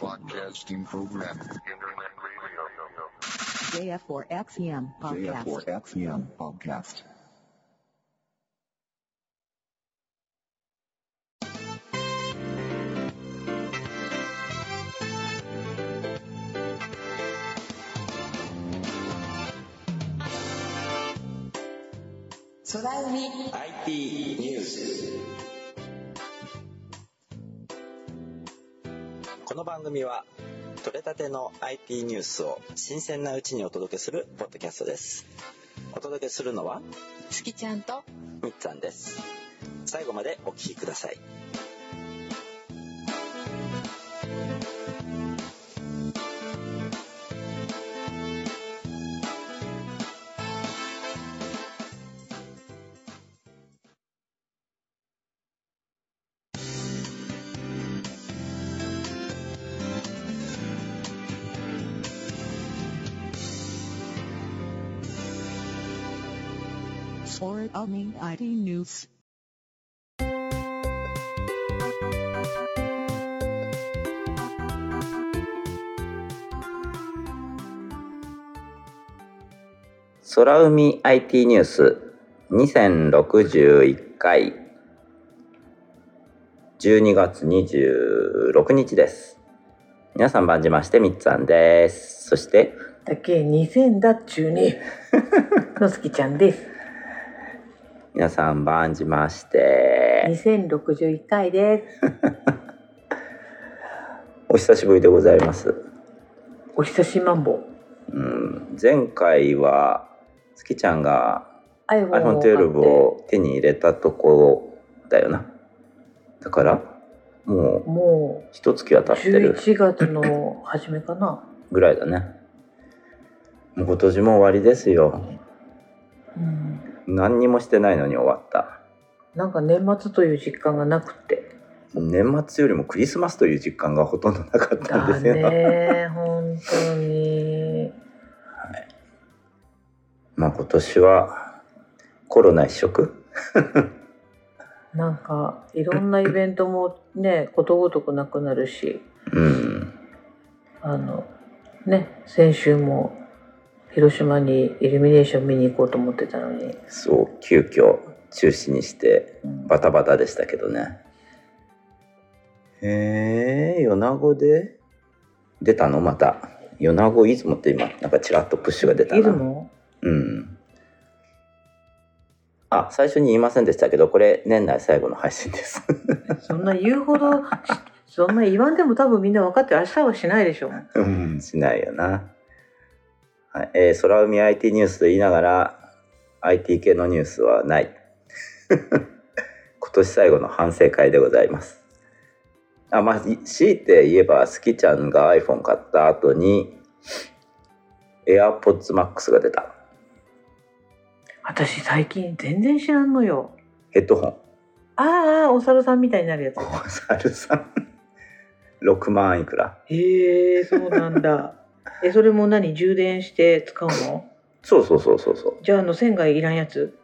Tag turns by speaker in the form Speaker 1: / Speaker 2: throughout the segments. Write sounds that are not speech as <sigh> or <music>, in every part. Speaker 1: Podcasting program.
Speaker 2: Internet radio.
Speaker 3: JF4XEM E podcast.
Speaker 1: JF4XEM podcast.
Speaker 3: 空海
Speaker 4: IT ニュースこの番組は取れたての IT ニュースを新鮮なうちにお届けするポッドキャストですお届けするのは
Speaker 3: 月ちゃんと
Speaker 4: みっちゃんです最後までお聞きください
Speaker 3: 空海 IT ニュース。
Speaker 4: 空海 IT ニュース2061回12月26日です皆さん番じましてみっちゃんですそして
Speaker 5: だけ2000だっちゅうね
Speaker 4: <laughs>
Speaker 5: のすきちゃんです
Speaker 4: 皆さん番じまして
Speaker 5: 2061回です
Speaker 4: お久しぶりでございます
Speaker 5: お久しまんぼ
Speaker 4: うん前回は月ちゃんが
Speaker 5: iPhone を買って
Speaker 4: iPhone12 を手に入れたところだよなだからもう
Speaker 5: も
Speaker 4: 一月は
Speaker 5: う
Speaker 4: 経ってる
Speaker 5: 11月の初めか
Speaker 4: <laughs>
Speaker 5: な
Speaker 4: ぐらいだねもう今年も終わりですよ
Speaker 5: うん
Speaker 4: 何にもしてないのに終わった
Speaker 5: なんか年末という実感がなくて
Speaker 4: 年末よりもクリスマスという実感がほとんどなかったんで
Speaker 5: だ
Speaker 4: すよ、
Speaker 5: ね本当に
Speaker 4: まあ今年はコロナ一色
Speaker 5: なんかいろんなイベントも
Speaker 4: <laughs>
Speaker 5: ねことごとくなくなるし
Speaker 4: うん
Speaker 5: あのね先週も広島にイルミネーション見に行こうと思ってたのに
Speaker 4: そう急遽中止にしてバタバタでしたけどねへえ米子で出たのまた米子出雲って今なんかちらっとプッシュが出た
Speaker 5: 出
Speaker 4: な
Speaker 5: るの
Speaker 4: うんあ最初に言いませんでしたけどこれ年内最後の配信です
Speaker 5: そんな言うほど、しそんな言わんでも多分みんな分かってる明日はしないでしょ。
Speaker 4: うんしないよな、はいえー空海 IT ニュースと言いながら IT 系のニュースはない <laughs> 今年最後の反省会でございますあまあい強いて言えばスキちゃんが iPhone 買った後に AirPods Max が出た
Speaker 5: 私最近全然知らんのよ。
Speaker 4: ヘッドホン <laughs>
Speaker 5: ああ、お猿さんみたいになるやつ。
Speaker 4: お猿さん6万いくら
Speaker 5: へえ、そうなんだ。 <laughs> え、それも何充電して使うの
Speaker 4: そうそうそうそうそう
Speaker 5: じゃああの線がいらんやつ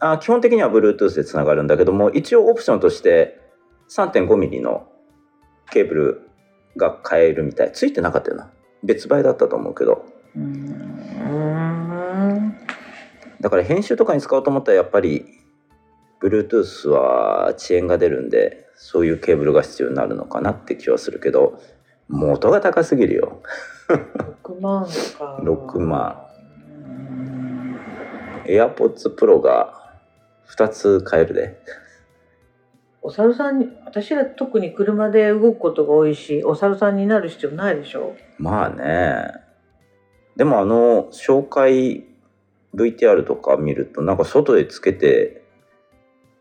Speaker 4: あ基本的には Bluetooth でつながるんだけども一応オプションとして 3.5mm のケーブルが買えるみたいついてなかったよな別売だったと思うけど
Speaker 5: うーん。
Speaker 4: だから編集とかに使おうと思ったらやっぱり Bluetooth は遅延が出るんでそういうケーブルが必要になるのかなって気はするけどもう音が高すぎるよ
Speaker 5: 6万か。
Speaker 4: 6万
Speaker 5: うーん。
Speaker 4: AirPods Pro が2つ買えるで
Speaker 5: お猿さんに、私は特に車で動くことが多いし、お猿さんになる必要ないでしょ。
Speaker 4: まあねでもあの紹介 VTR とか見るとなんか外でつけて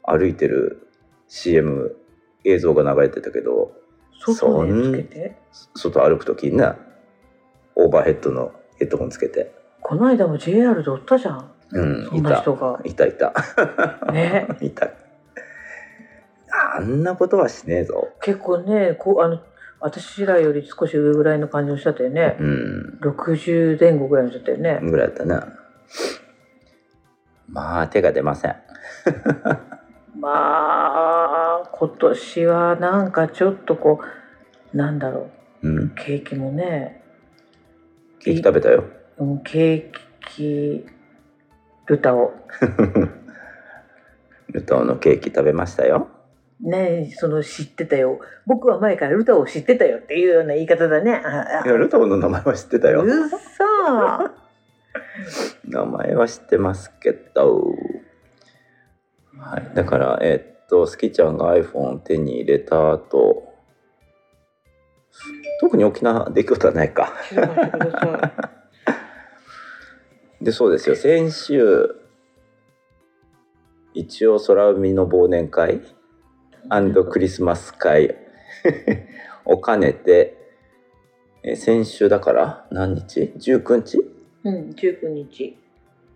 Speaker 4: 歩いてる CM 映像が流れてたけど
Speaker 5: 外につけて。
Speaker 4: 外歩く時にねオーバーヘッドのヘッドホンつけて
Speaker 5: この間も JR でおったじゃん
Speaker 4: うん
Speaker 5: そ
Speaker 4: い
Speaker 5: んな
Speaker 4: た
Speaker 5: 人が
Speaker 4: いたいた
Speaker 5: ね
Speaker 4: いたあんなことはしねえぞ
Speaker 5: 結構ねこうあの私らより少し上ぐらいの感じの人だったよね
Speaker 4: うん
Speaker 5: 60前後ぐらいの人だったよね
Speaker 4: ぐらいだったなまあ手が出ません
Speaker 5: まあ今年はなんかちょっとこうなんだろ
Speaker 4: うん
Speaker 5: う。ケーキもね、
Speaker 4: ケーキ食べたよ
Speaker 5: うん、ケーキ豚を
Speaker 4: ルトーのケーキ食べましたよ
Speaker 5: ねその知ってたよ僕は前から歌を知ってたよっていうような言い方だねああ
Speaker 4: いやルトーの名前は知ってたよ
Speaker 5: うっそ
Speaker 4: 名前は知ってますけど、はい、だからえっとスキちゃんが iPhone を手に入れた後特に大きな出来事はないか
Speaker 5: ちょっと待ってください
Speaker 4: でそうですよ先週一応空海の忘年会クリスマス会 <laughs> を兼ねてえ先週だから何日 ?19 日
Speaker 5: うん19日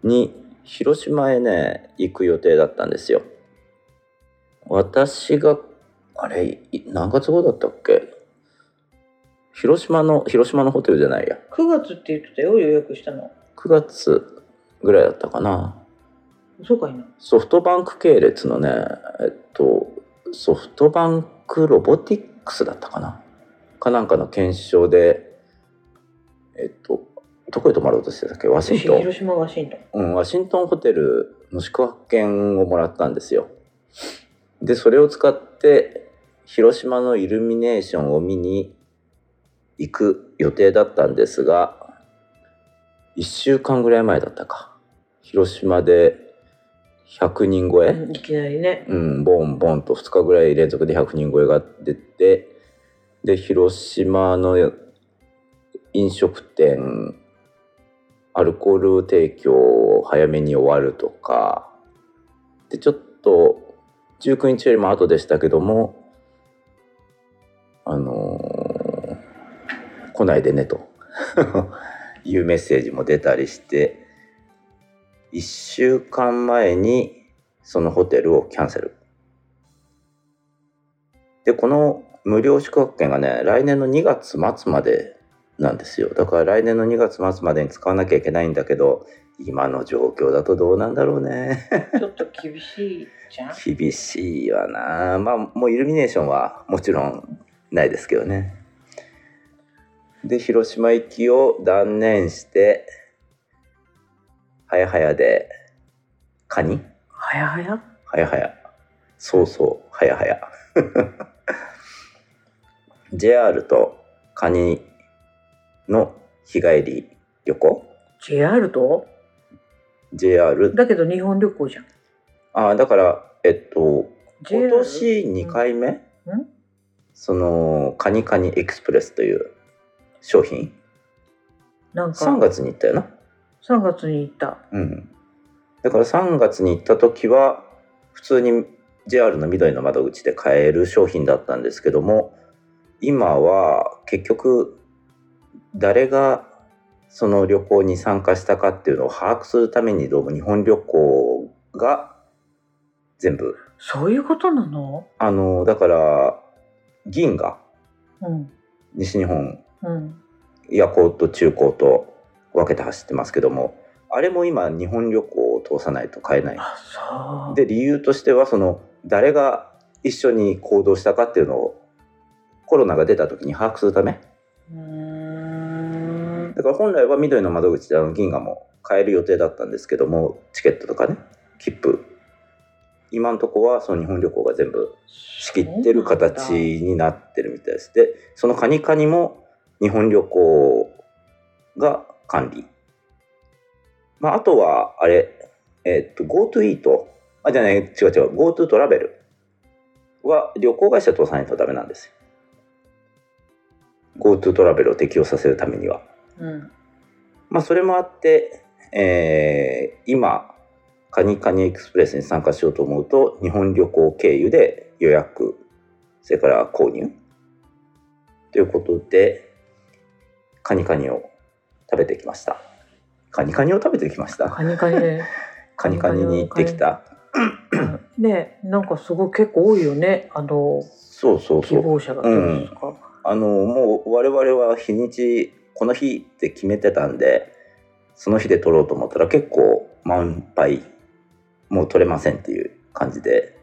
Speaker 4: に広島へね行く予定だったんですよ私があれい何月後だったっけ広島の広島のホテルじゃないや
Speaker 5: 9月って言ってたよ予約したの
Speaker 4: 9月ぐらいだったかな
Speaker 5: そうかいな
Speaker 4: ソフトバンク系列のねえっとソフトバンクロボティックスだったかなかなんかの検証でえっとどこへ泊まろうとしてたっけワシントン
Speaker 5: 広島ワシントン
Speaker 4: うん、ワシントンホテルの宿泊券をもらったんですよ。で、それを使って、広島のイルミネーションを見に行く予定だったんですが、1週間ぐらい前だったか。広島で100人超え、
Speaker 5: うんいきなりね
Speaker 4: うん、ボンボンと2日ぐらい連続で100人超えが出てで広島の飲食店アルコール提供を早めに終わるとかでちょっと19日よりも後でしたけどもあのー来ないでねと <laughs> いうメッセージも出たりして1週間前にそのホテルをキャンセル。で、この無料宿泊券がね、来年の2月末までなんですよ。だから来年の2月末までに使わなきゃいけないんだけど、今の状況だとどうなんだろうね。 <laughs>
Speaker 5: ちょっと厳しいじゃん
Speaker 4: 厳しいわな。まあ、もうイルミネーションはもちろんないですけどね。で、広島行きを断念して、はやはやで、カニ
Speaker 5: はやはや
Speaker 4: はやはや。そうそう、はやはや。JR とカニの日帰り旅行
Speaker 5: JR と
Speaker 4: ?JR。
Speaker 5: だけど日本旅行じゃん
Speaker 4: ああ、だから、えっと、今
Speaker 5: JR
Speaker 4: 年2回目、
Speaker 5: うん
Speaker 4: その、カニカニエクスプレスという商品。
Speaker 5: なんか
Speaker 4: 3月に行ったよな。
Speaker 5: 3月に行った
Speaker 4: うん。だから3月に行った時は、普通に JR の緑の窓口で買える商品だったんですけども、今は結局、誰がその旅行に参加したかっていうのを把握するためにどうも日本旅行が全部、
Speaker 5: そういうことなの
Speaker 4: あの、だから、銀が
Speaker 5: うん
Speaker 4: 西日本
Speaker 5: うん
Speaker 4: 夜行と中行と分けて走ってますけども、あれも今日本旅行を通さないと買えない。
Speaker 5: あそう
Speaker 4: で理由としてはその誰が一緒に行動したかっていうのをコロナが出た時に把握するため
Speaker 5: うーん
Speaker 4: だから本来は緑の窓口であの銀河も買える予定だったんですけどもチケットとかね切符今のとこはその日本旅行が全部仕切ってる形になってるみたいですでそのカニカニも日本旅行が管理、まあ、あとはあれえっと GoTo イートあじゃない違う違う GoTo トラベルは旅行会社通さないとダメなんですよ GoTo トラベルを適用させるためには
Speaker 5: うん
Speaker 4: まあ、それもあって、えー今カニカニエクスプレスに参加しようと思うと日本旅行経由で予約それから購入ということでカニカニを食べてきましたカニカニを食べてきました
Speaker 5: カニカニ <laughs> で
Speaker 4: カニカニに行ってきた
Speaker 5: ねなんかすごい結構多いよねあの
Speaker 4: そうそう
Speaker 5: 希
Speaker 4: そう
Speaker 5: 望者がどうですか、
Speaker 4: あのもう我々は日にちこの日って決めてたんでその日で取ろうと思ったら結構満杯もう取れませんっていう感じで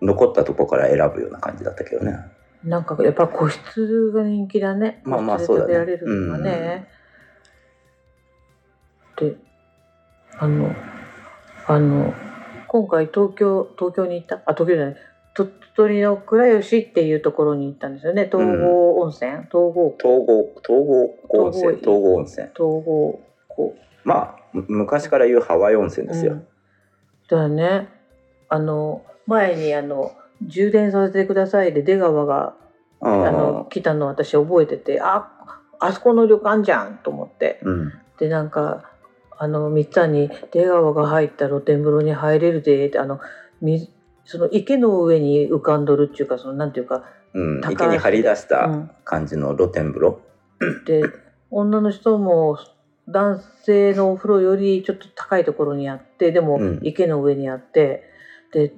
Speaker 4: 残ったとこから選ぶような感じだったけどね
Speaker 5: なんかやっぱ個室が人気だね。
Speaker 4: まあまあ
Speaker 5: 個室
Speaker 4: そうだね
Speaker 5: で食べられるのがね。で、あの、あの、今回東京、東京に行ったあ、東京じゃない。鳥取の倉吉っていうところに行ったんですよね。統合温泉、統合、
Speaker 4: 統合統合温泉統
Speaker 5: 統合
Speaker 4: 合温泉
Speaker 5: 統合湖。
Speaker 4: まあむ昔から言うハワイ温泉ですよ、
Speaker 5: うんだよね。あの、前にあの、充電させてくださいで出川が
Speaker 4: う
Speaker 5: あの
Speaker 4: ん
Speaker 5: 来たの私覚えててああそこの旅館じゃんと思って
Speaker 4: うん、
Speaker 5: でなんかあの三つに出川が入った露天風呂に入れるでってあのみその池の上に浮かんどるっていうかそのなんていうか、
Speaker 4: うん、
Speaker 5: 高
Speaker 4: 池に張り出し
Speaker 5: う
Speaker 4: た
Speaker 5: ん
Speaker 4: 感じの露天風呂、
Speaker 5: で女の人も男性のお風呂よりちょっと高いところにあってでも
Speaker 4: うん
Speaker 5: 池の上にあって、で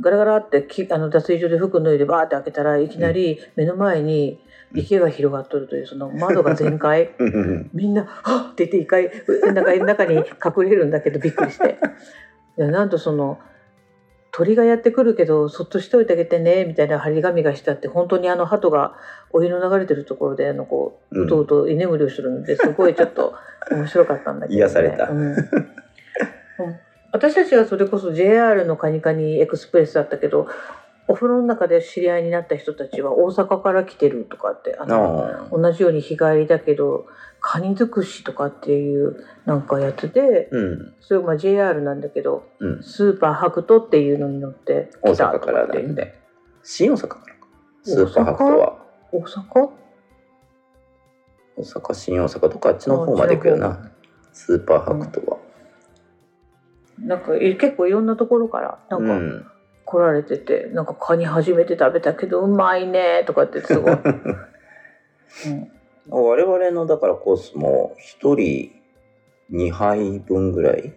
Speaker 5: ガラガラってきあの脱衣所で服脱いでバーって開けたらいきなり目の前に池が広がっとるというその窓が全開みんな「はっ!」って言って一回中中に隠れるんだけどびっくりしてでなんとその鳥がやってくるけどそっとしておいてあげてねみたいな張り紙がしてあって本当にあの鳩がお湯の流れてるところであのこう
Speaker 4: うん
Speaker 5: うとうと居眠りをするのですごいちょっと面白かったんだけ
Speaker 4: <laughs>
Speaker 5: ど、
Speaker 4: 癒された
Speaker 5: うんうん私たちはそれこそ JR のカニカニエクスプレスだったけどお風呂の中で知り合いになった人たちは大阪から来てるとかってあ
Speaker 4: あ
Speaker 5: の
Speaker 4: あ
Speaker 5: 同じように日帰りだけどカニ尽くしとかっていうなんかやつで
Speaker 4: うん
Speaker 5: それまあ JR なんだけど
Speaker 4: うん
Speaker 5: スーパーハクトっていうのに乗って
Speaker 4: 大
Speaker 5: 来た
Speaker 4: 阪
Speaker 5: と
Speaker 4: から
Speaker 5: っ
Speaker 4: だ
Speaker 5: て言
Speaker 4: ん
Speaker 5: って
Speaker 4: で新大阪からかスーパーハクトは
Speaker 5: 大阪
Speaker 4: 大阪新大阪とかあっちの方まで行くよなスーパーハクトは
Speaker 5: なんかい結構いろんなところからな
Speaker 4: うん
Speaker 5: か
Speaker 4: ん
Speaker 5: 来られてて、なんかカニ初めて食べたけどうまいねとかってす
Speaker 4: <laughs>
Speaker 5: ごい、うん
Speaker 4: 我々のだからコースも1人2杯分ぐらい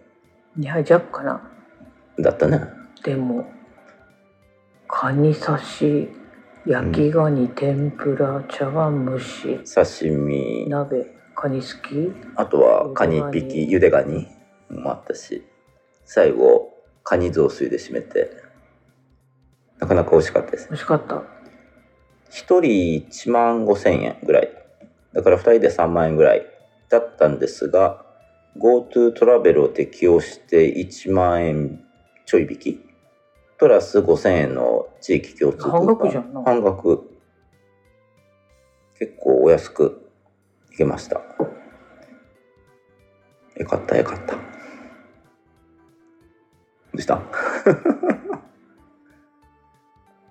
Speaker 5: 2杯弱かな
Speaker 4: だったね
Speaker 5: でもカニ刺し焼きガニ、天ぷら茶碗蒸し
Speaker 4: 刺身
Speaker 5: 鍋カニすき
Speaker 4: あとはカニ1匹ゆでガニもあったし最後カニ雑炊で締めてなかなか美味しかったです
Speaker 5: 美味しかった
Speaker 4: 1人1万5千円ぐらいだから2人で3万円ぐらいだったんですが GoTo トラベルを適用して1万円ちょい引きプラス5千円の地域共通クーポン
Speaker 5: 半額じゃんな
Speaker 4: 半額結構お安くいけましたよかったよかったどうした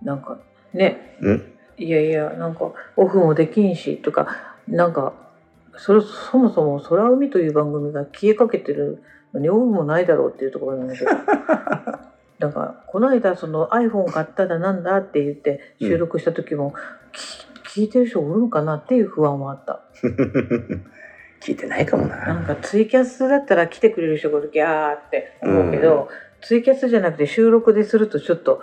Speaker 5: なんかね
Speaker 4: うん <laughs>
Speaker 5: いやいやなんかオフもできんしとかなんかそれそもそも「空海」という番組が消えかけてるのにオフもないだろうっていうところなんだけどなんかこの間その iPhone 買っただなんだって言って収録した時も、き聞いてる人おるのかなっていう不安はあった。
Speaker 4: 聞いてないかもな
Speaker 5: なんかツイキャスだったら来てくれる人がいるきゃーって思うけど、ツイキャスじゃなくて収録でするとちょっと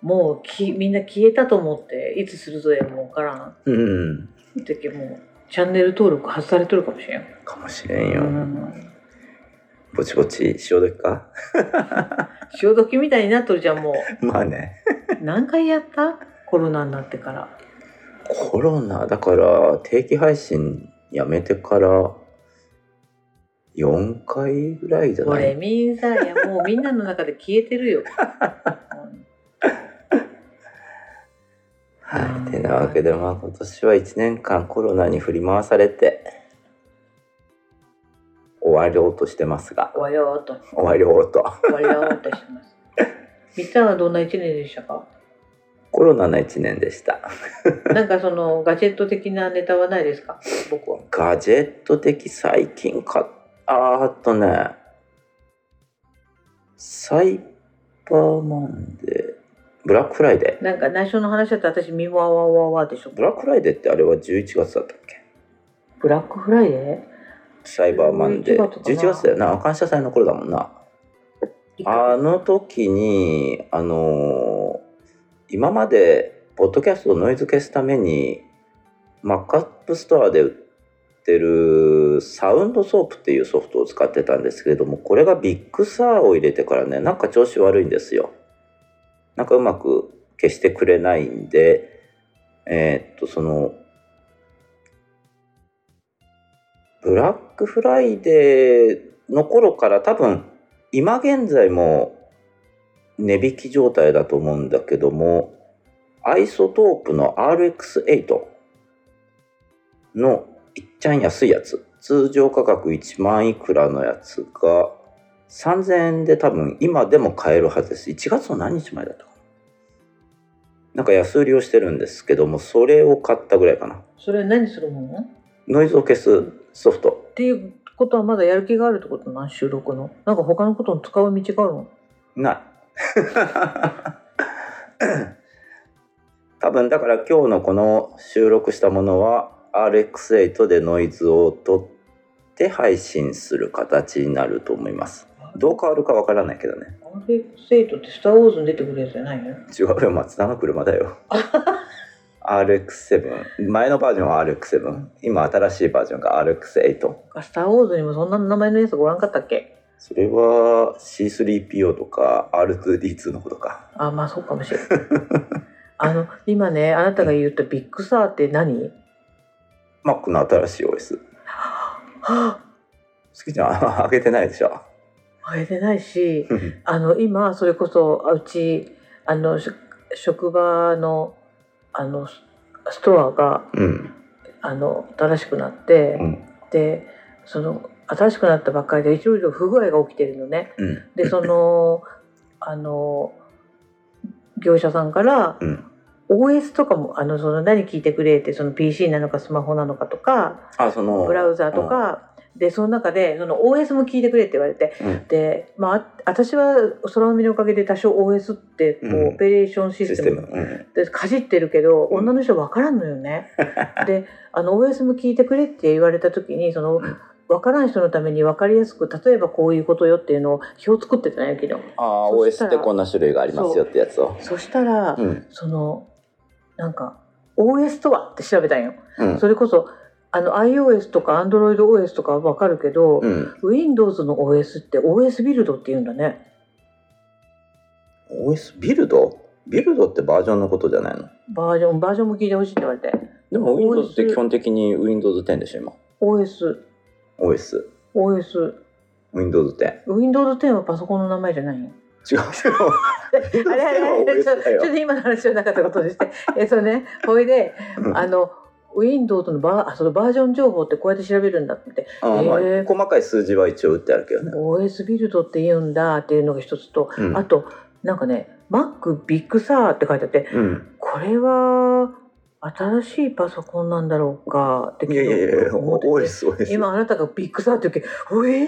Speaker 5: もうきみんな消えたと思っていつするぞやもうからん
Speaker 4: うん
Speaker 5: って時もうチャンネル登録外されとるかもしれん。
Speaker 4: かもしれん
Speaker 5: う
Speaker 4: よ、
Speaker 5: ん、
Speaker 4: ぼちぼち潮時か <laughs>
Speaker 5: 潮時みたいになっとるじゃんも
Speaker 4: まあね
Speaker 5: う何回やったコロナになってから
Speaker 4: コロナだから定期配信やめてから4回ぐらいじゃ
Speaker 5: こ
Speaker 4: な
Speaker 5: れ
Speaker 4: い
Speaker 5: みんなやもうみんなの中で消えてるよ、うん
Speaker 4: はいてなわけでまあ今年は1年間コロナに振り回されて終わろうとしてますが
Speaker 5: 終わようと
Speaker 4: 終わろうと
Speaker 5: 終わようとしてますみっちゃんはどんな一年でしたか
Speaker 4: コロナの1年でした
Speaker 5: なんかそのガジェット的なネタはないですか僕は。
Speaker 4: ガジェット的最近買っあーっとね、サイバーマンデー、ブラックフライデー。
Speaker 5: なんか内緒の話だと私身もあわあわあわでしょ。
Speaker 4: ブラックフライデーってあれは11月だったっけ
Speaker 5: ブラックフライデ
Speaker 4: サイバーマンデー。
Speaker 5: 11
Speaker 4: 11
Speaker 5: 月
Speaker 4: 月
Speaker 5: かな
Speaker 4: だよな、感謝祭の頃だもんな。
Speaker 5: ー
Speaker 4: あの時に、あのー今まで、ポッドキャストをノイズ消すために、マックアップストアで売ってるサウンドソープっていうソフトを使ってたんですけれども、これがビッグサーを入れてからね、なんか調子悪いんですよ。なんかうまく消してくれないんで、えーっと、その、ブラックフライデーの頃から多分、今現在も値引き状態だと思うんだけども、アイソトープの RX8 のいっちゃん安いやつ、通常価格1万いくらのやつが、3000円で多分今でも買えるはずです。1月の何日前だったかな。なんか安売りをしてるんですけども、それを買ったぐらいかな。
Speaker 5: それ何するものっ
Speaker 4: ノイズを消すソフト。
Speaker 5: ていうことはまだやる気があるってことな収録のなんか他のことに使う道があるの
Speaker 4: ない。多分だから今日のこの収録したものは RX8 でノイズを取って配信する形になると思います。どう変わるかわからないけどね。
Speaker 5: RX8 って「スター・ウォーズ」に出てくるやつじゃないの
Speaker 4: 違うよ、松田の車だよ。RX7。前のバージョンは RX7。今新しいバージョンが RX8。
Speaker 5: あスター・ウォーズにもそんな名前のやつごらんかったっけ
Speaker 4: それは C3PO とか R2D2 のことか。
Speaker 5: あまあそうかも <laughs> しれないあの今ねあなたが言ったビッグサーって何は
Speaker 4: Mac の新しい OS。
Speaker 5: あ
Speaker 4: 好きじゃん。あげてないでしょ。
Speaker 5: あれてないしあの今それこそうちあのし職場のあのスストアが
Speaker 4: うん。
Speaker 5: あの新しくなって、
Speaker 4: うん。
Speaker 5: でその新しくなったばっかりでいろいろ不具合が起きてるのね
Speaker 4: うん。 <laughs>
Speaker 5: でそのあの業者さんから
Speaker 4: うん。
Speaker 5: OS とかもあのその何聞いてくれってその PC なのかスマホなのかとか
Speaker 4: あ、その。
Speaker 5: ブラウザーとか、でその中でその OS も聞いてくれって言われて
Speaker 4: うん。うん
Speaker 5: で、まああ、私は空海のおかげで多少 OS ってこう、
Speaker 4: うん
Speaker 5: オペレーションシ
Speaker 4: シ
Speaker 5: ス
Speaker 4: ス
Speaker 5: テ
Speaker 4: テ
Speaker 5: ム
Speaker 4: ム。うん。
Speaker 5: でかじってるけど、
Speaker 4: うん
Speaker 5: 女の人分からんのよ
Speaker 4: <laughs>
Speaker 5: ね。であの OS も聞いてくれって言われた時にその
Speaker 4: ん
Speaker 5: 分からん人のために分かりやすく例えばこういうことよっていうのを表作ってたんやけど
Speaker 4: ああ、
Speaker 5: そし
Speaker 4: OS
Speaker 5: たら
Speaker 4: ってこんな種類がありますよってやつを。
Speaker 5: そしたら、
Speaker 4: うん。
Speaker 5: そのなんか OS とはって調べたんよ。
Speaker 4: うん。
Speaker 5: それこそあの iOS とか AndroidOS とかは分かるけど、
Speaker 4: うん。
Speaker 5: Windows の OS って OS ビルドって言うんだね。
Speaker 4: OS ビルドビルドってバージョンのことじゃないの
Speaker 5: バージョンバージョンも聞いてほしいって言われて
Speaker 4: でも Windows って
Speaker 5: OS
Speaker 4: 基本的に Windows 10でしょ、今。
Speaker 5: OS
Speaker 4: OS。
Speaker 5: OS
Speaker 4: Windows 10。
Speaker 5: Windows 10はパソコンの名前じゃないの
Speaker 4: <laughs> 違うよ。
Speaker 5: あれあれあれ
Speaker 4: Windows
Speaker 5: ちょ
Speaker 4: 10だ
Speaker 5: ちょっ
Speaker 4: よ
Speaker 5: と今の話はなかったことにして <laughs> えそうねほいで
Speaker 4: うん
Speaker 5: あの Windows のバーあそのバージョン情報ってこうやって調べるんだって
Speaker 4: あーまあ
Speaker 5: へー
Speaker 4: 細かい数字は一応打ってあるけどね。
Speaker 5: OS ビルドって言うんだっていうのが一つと、
Speaker 4: うん
Speaker 5: あとなんかね Mac ビッグサーって書いてあって
Speaker 4: うん。
Speaker 5: これは新しいパソコンなんだろうかって
Speaker 4: いやいやいや、
Speaker 5: 思ってて
Speaker 4: OS、OS。
Speaker 5: 今あなたがビッグサーって言うけど、えー、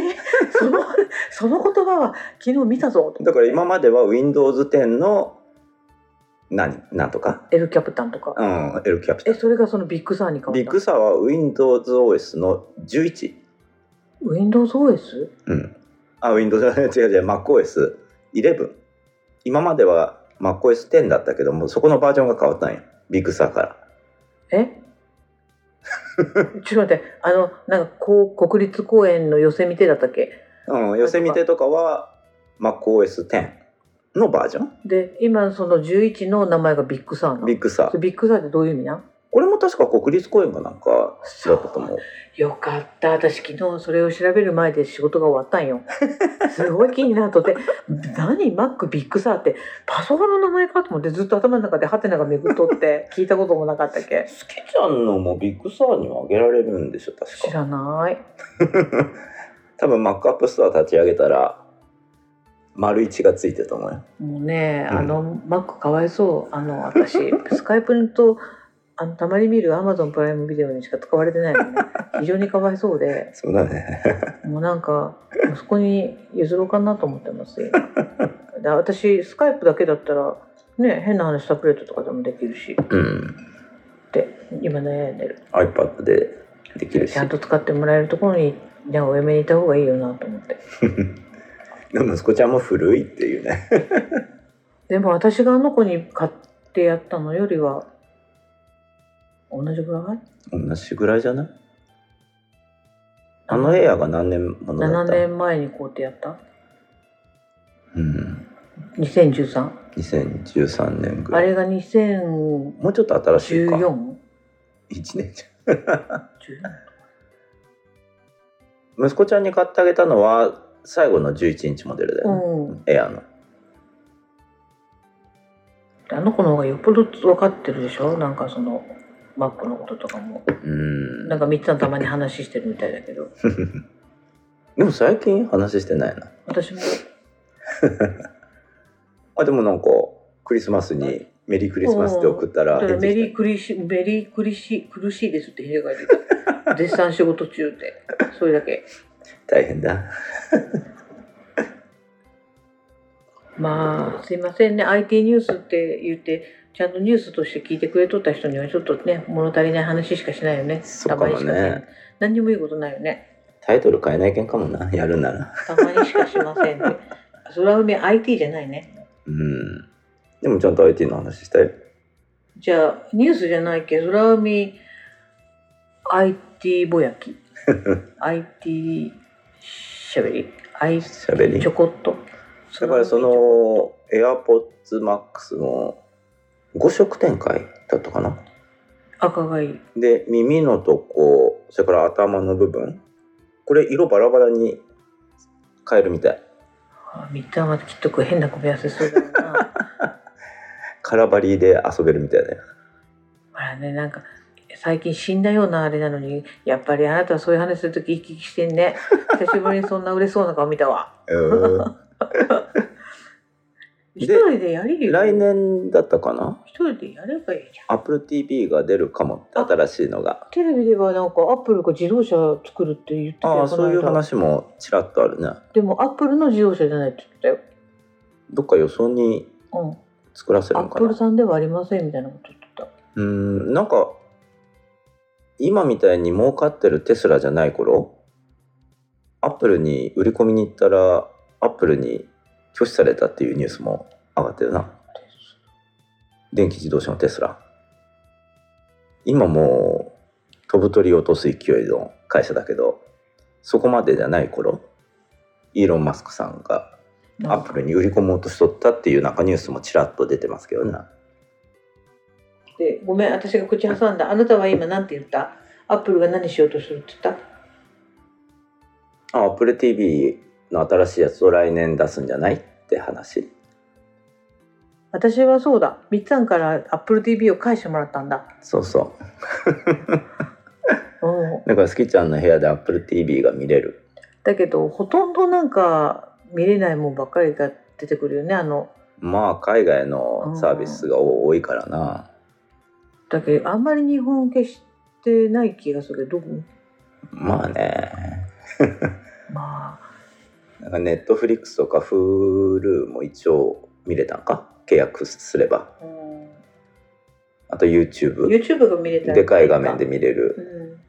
Speaker 5: そのその言葉は昨日見たぞと思って
Speaker 4: だから今までは Windows 10の何なんとか、
Speaker 5: エルキャプタンとか、
Speaker 4: うん、L キャピタ
Speaker 5: え
Speaker 4: ル
Speaker 5: それがそのビッグサーに変わった
Speaker 4: ビッグサーは WindowsOS の11、
Speaker 5: WindowsOS?
Speaker 4: うん、あ Windows <laughs> じゃない違う違う MacOS11 今までは MacOS10 だったけどもそこのバージョンが変わったんやビッグサーから
Speaker 5: え <laughs> ちょっと待ってあのなんかこう国立公園の寄せ見てだったっけ
Speaker 4: うん寄せ見てとかは MacOS10 のバージョン
Speaker 5: で今その11の名前がビッグサーなの
Speaker 4: ビッグサ
Speaker 5: それ
Speaker 4: ー
Speaker 5: ビッグサーってどういう意味なん
Speaker 4: これも確か国立公園がなんかだったと思う
Speaker 5: よかった私昨日それを調べる前で仕事が終わったんよすごい気になっとって <laughs> 何マックビッグサーってパソコンの名前かと思ってずっと頭の中でハテナが巡っとって聞いたこともなかったっけ
Speaker 4: スケちゃんのもビッグサーにはあげられるんでしょ確か
Speaker 5: 知らない
Speaker 4: 多分 Mac アップストア立ち上げたら丸一がついてると思うよ
Speaker 5: もうね、
Speaker 4: うん
Speaker 5: あのマックかわいそうあの私 <laughs> スカイプとあのたまに見るアマゾンプライムビデオにしか使われてないの
Speaker 4: <laughs>
Speaker 5: ね非常にかわいそうで
Speaker 4: そうだね
Speaker 5: もうなんか息子に譲ろうかなと思ってます今だ私スカイプだけだったらね変な話タブレットとかでもできるしっ
Speaker 4: うん
Speaker 5: て今悩んでる
Speaker 4: iPad でできるし
Speaker 5: ちゃんと使ってもらえるところにねお嫁にいた方がいいよなと思って
Speaker 4: でも息子ちゃんも古いっていうね
Speaker 5: でも私があの子に買ってやったのよりは同じぐらい
Speaker 4: 同じぐらいじゃないあのエアが何年ものだ
Speaker 5: 7
Speaker 4: った
Speaker 5: 年前にこうやってやった
Speaker 4: うん
Speaker 5: 2013
Speaker 4: 2013年ぐ
Speaker 5: あ
Speaker 4: らい
Speaker 5: れが2014
Speaker 4: もうちょっと新しいか1年じゃ息子ちゃんに買ってあげたのは最後の11インチモデルだよね、
Speaker 5: うん、
Speaker 4: エアの
Speaker 5: あの子の方がよっぽど分かってるでしょなんかそのマックのこととかも
Speaker 4: うん
Speaker 5: なんかみっつはたまに話してるみたいだけど
Speaker 4: でも最近話してないな
Speaker 5: 私も
Speaker 4: あでもなんかクリスマスにメリークリスマスって送ったら
Speaker 5: ただ
Speaker 4: 返
Speaker 5: メ
Speaker 4: 事
Speaker 5: リ
Speaker 4: 来
Speaker 5: ークリシメリークリシ苦しいですって家
Speaker 4: <laughs>
Speaker 5: が出た絶賛仕事中でそれだけ
Speaker 4: た大変だ
Speaker 5: まあすいませんね IT ニュースって言ってちゃんとニュースとして聞いてくれとった人にはちょっとね物足りない話しかしないよね
Speaker 4: そうかも
Speaker 5: たまにしかせん
Speaker 4: ね
Speaker 5: 何にもいいことないよね
Speaker 4: タイトル変えないけんかもなやるなら
Speaker 5: たまにしかしません <laughs> ってそれは海 IT じゃないね
Speaker 4: うんでもちゃんと IT の話したよ
Speaker 5: じゃあニュースじゃないけど空海 IT ぼや
Speaker 4: <laughs>
Speaker 5: き IT しゃべり IT
Speaker 4: しゃべり
Speaker 5: ちょこっと
Speaker 4: だからその AirPods Max の5色展開だったかな
Speaker 5: 赤がいい
Speaker 4: で耳のとこそれから頭の部分これ色バラバラに変えるみたい
Speaker 5: あ三つはまたきっとこう変な組み合わせするだろうな
Speaker 4: <laughs> カラバリーで遊べるみたいだよ
Speaker 5: ほらねなんか最近死んだようなあれなのにやっぱりあなたはそういう話する時生き生きしてんね久しぶりにそんな売れそうな顔見たわ
Speaker 4: う
Speaker 5: 一
Speaker 4: で
Speaker 5: 人でやり
Speaker 4: ん <laughs> 来年だったかな
Speaker 5: 一人でやればいいじゃん
Speaker 4: AppleTV が出るかもって
Speaker 5: あ
Speaker 4: 新しいのが
Speaker 5: テレビではなんかアップルが自動車作るって言ってたよ
Speaker 4: ああそういう
Speaker 5: この間
Speaker 4: 話もちらっとあるね
Speaker 5: でもアップルの自動車じゃないって言ってたよ。
Speaker 4: どっか予想に
Speaker 5: うん。
Speaker 4: 作らせる
Speaker 5: ア
Speaker 4: の
Speaker 5: ッ
Speaker 4: か
Speaker 5: プ
Speaker 4: な
Speaker 5: ルさんではありませんみたいなこと言ってた。
Speaker 4: うーんなんか今みたいに儲かってるテスラじゃない頃アップルに売り込みに行ったらアップルに拒否されたっていうニュースも上がってるな電気自動車のテスラ今もう飛ぶ鳥を落とす勢いの会社だけどそこまでじゃない頃イーロン・マスクさんがアップルに売り込もうとしとったっていう中ニュースもちらっと出てますけどね
Speaker 5: で、ごめん、私が口挟んだ。あなたは今何て言ったアップルが何しようとするって言っ
Speaker 4: あ Apple TV の新しいやつを来年出すんじゃないって話
Speaker 5: た私はそうだ。みっつんからアップル TV を返してもらったんだ。
Speaker 4: そうそう
Speaker 5: うん。
Speaker 4: だから好きちゃんの部屋で Apple TV が見れる
Speaker 5: だけど、ほとんどなんか見れないもんばっかりが出てくるよね。あの、
Speaker 4: まあ海外のサービスが多多いからな
Speaker 5: だけど、あんまり日本消してない気がするけど、どこ
Speaker 4: まあね
Speaker 5: ま
Speaker 4: なんか Netflix とか Hulu も一応見れたんか契約すれば
Speaker 5: あ、うん、
Speaker 4: あと YouTube
Speaker 5: YouTube が見れたら
Speaker 4: でかい画面で見れる
Speaker 5: うん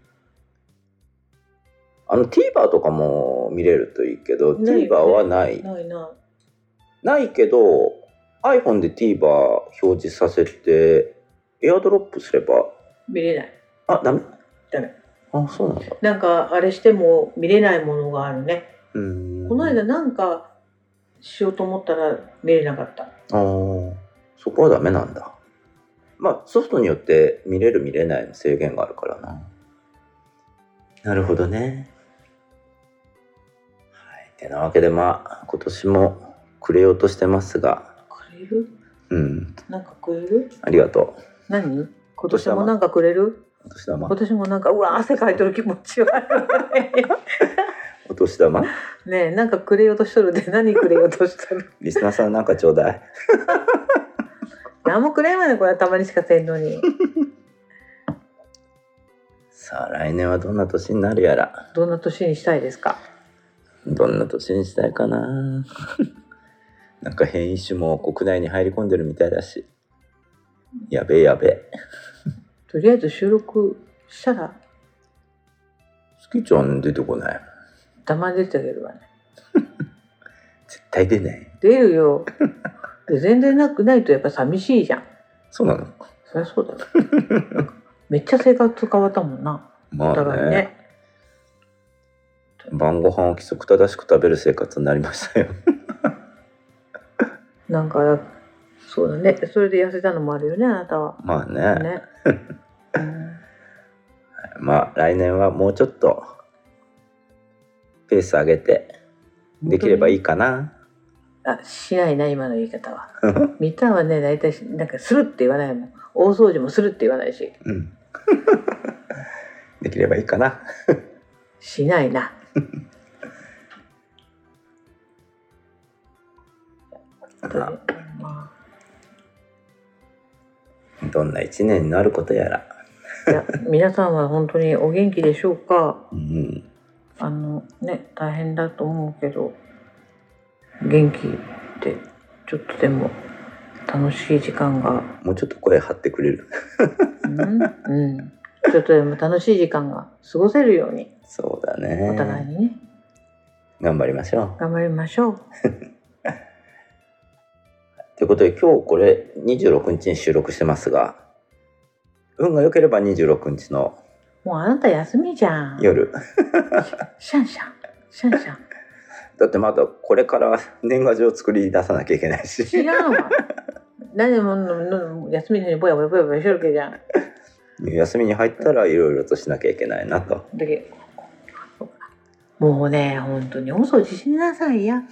Speaker 4: あの TVer とかも見れるといいけど
Speaker 5: ない
Speaker 4: TVer はない
Speaker 5: ないな
Speaker 4: ないけど iPhone で TVer 表示させて AirDrop すれば
Speaker 5: 見れない
Speaker 4: あダメ
Speaker 5: ダメ
Speaker 4: あそうなんだ
Speaker 5: なんかあれしても見れないものがあるね
Speaker 4: うーん
Speaker 5: この間なんかしようと思ったら見れなかった
Speaker 4: あーそこはダメなんだまあソフトによって見れる見れないの制限があるからななるほどねはいてなわけでまあ今年もくれようとしてますが
Speaker 5: くれる
Speaker 4: うん
Speaker 5: なんかくれる
Speaker 4: ありがとう
Speaker 5: 何今年もなんかくれる
Speaker 4: お年玉
Speaker 5: 今年もなんかうわ汗かいてる気持ち悪いね
Speaker 4: お年玉
Speaker 5: ねえなんかくれようとしとるで何くれようとしとる
Speaker 4: リスナーさんなんかちょうだい
Speaker 5: 何もくれんわねこれたまにしかせんのに
Speaker 4: さあ来年はどんな年になるやら
Speaker 5: どんな年にしたいですか
Speaker 4: どんな年にしたいかな <laughs> なんか変異種も国内に入り込んでるみたいだしやべえやべえ
Speaker 5: とりあえず収録したら
Speaker 4: スキちゃん出てこない
Speaker 5: 黙り出てあげるわね
Speaker 4: 絶対出ない
Speaker 5: 出るよで全然なくないとやっぱ寂しいじゃん
Speaker 4: そうなの
Speaker 5: そりゃそうだよ
Speaker 4: <laughs>
Speaker 5: めっちゃ生活変わったもんな
Speaker 4: ま
Speaker 5: お
Speaker 4: あ
Speaker 5: 互い
Speaker 4: ね
Speaker 5: ね
Speaker 4: 晩ご飯を規則
Speaker 5: <laughs>
Speaker 4: 正しく食べる生活になりましたよ
Speaker 5: なんかそうだね。それで痩せたのもあるよね、あなたは。
Speaker 4: まあね
Speaker 5: ね。うん
Speaker 4: まあ来年はもうちょっとペース上げてできればいいかな
Speaker 5: あ、しないな、今の言い方
Speaker 4: <laughs>
Speaker 5: は。みたんはね、大体し、なんかするって言わないもん。大掃除もするって言わないし。
Speaker 4: うん <laughs> できればいいかな
Speaker 5: しないな。
Speaker 4: ま
Speaker 5: ま
Speaker 4: あどんな一年になることやら
Speaker 5: あいや皆さんは本当にお元気でしょうか
Speaker 4: うん
Speaker 5: あのね大変だと思うけど元気ってちょっとでも楽しい時間が
Speaker 4: もうちょっと声張ってくれる <laughs>
Speaker 5: うん、うん、ちょっとでも楽しい時間が過ごせるように
Speaker 4: そうだ
Speaker 5: お互い
Speaker 4: ね
Speaker 5: にね
Speaker 4: 頑張りましょ
Speaker 5: 頑張りましょう
Speaker 4: うということで今日これ26日に収録してますが運が良ければ26日の
Speaker 5: もうあなた休みじゃん
Speaker 4: 夜
Speaker 5: シャンシャンシャンシャン
Speaker 4: だってまだこれから年賀状作り出さなきゃいけないし <laughs>
Speaker 5: 違うわ何でもの休みの日にぼやぼやぼやぼやしてるわけじゃん
Speaker 4: 休みに入ったらいろいろとしなきゃいけないなと
Speaker 5: だけもうね本当にお掃除しなさいや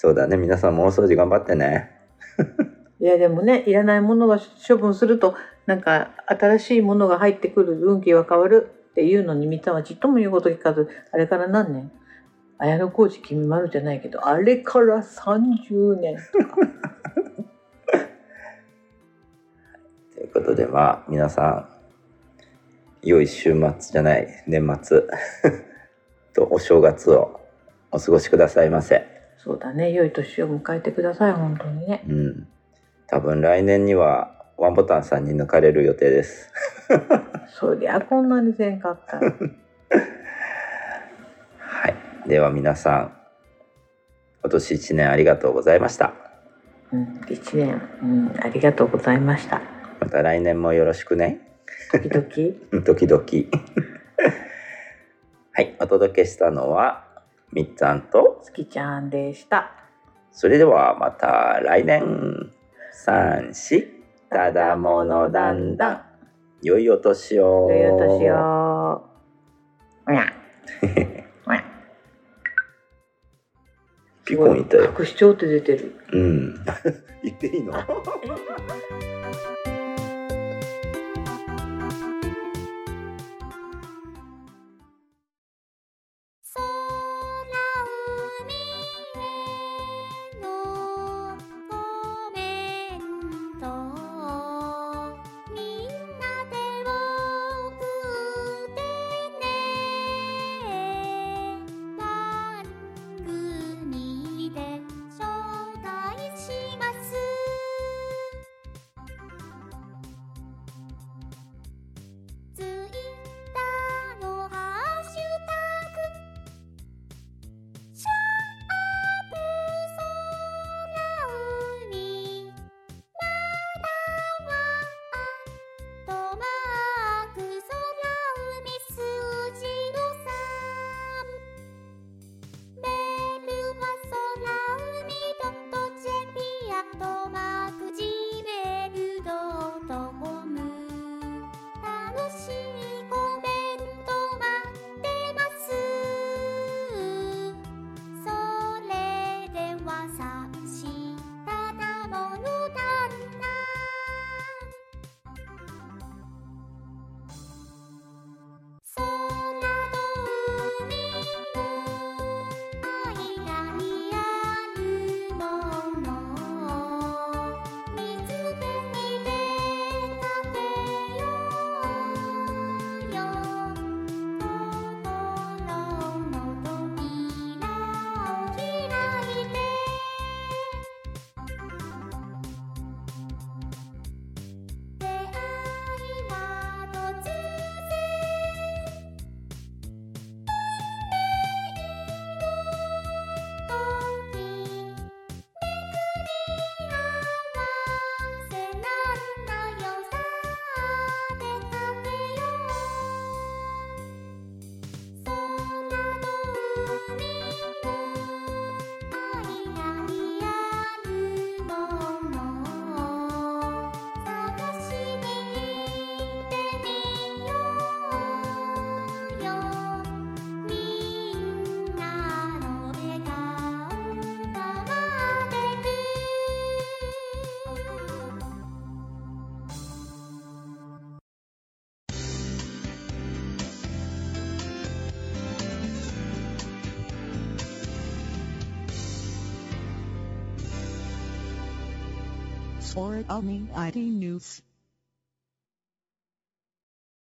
Speaker 4: そうだね皆さんも大掃除頑張ってね
Speaker 5: いやでもねいらないものは処分するとなんか新しいものが入ってくる運気は変わるっていうのにみたんはちっとも言うこと聞かずあれから何年綾小路君丸じゃないけどあれから30年
Speaker 4: ということでまあ皆さん良い週末じゃない年末 <laughs> とお正月をお過ごしくださいませ
Speaker 5: そうだね良い年を迎えてください本当にね
Speaker 4: うん多分来年にはワンボタンさんに抜かれる予定です
Speaker 5: そりゃこんなにせんかったら
Speaker 4: はいでは皆さん今年1年ありがとうございました
Speaker 5: うん、1年、うん、ありがとうございました
Speaker 4: また来年もよろしくね
Speaker 5: 時々
Speaker 4: 時々 <laughs> はいお届けしたのはみっちゃんと
Speaker 5: 月ちゃんでした。
Speaker 4: それではまた来年三四ただものだんだん良いお年を
Speaker 5: 良いお年を。うにゃ。うにゃ
Speaker 4: ピコンいたよ
Speaker 5: 拡張って出てる。
Speaker 4: うん <laughs> 言っていいの
Speaker 6: 空海へのコメントみんなで送ってね番組で紹介します
Speaker 3: for Alning ID News.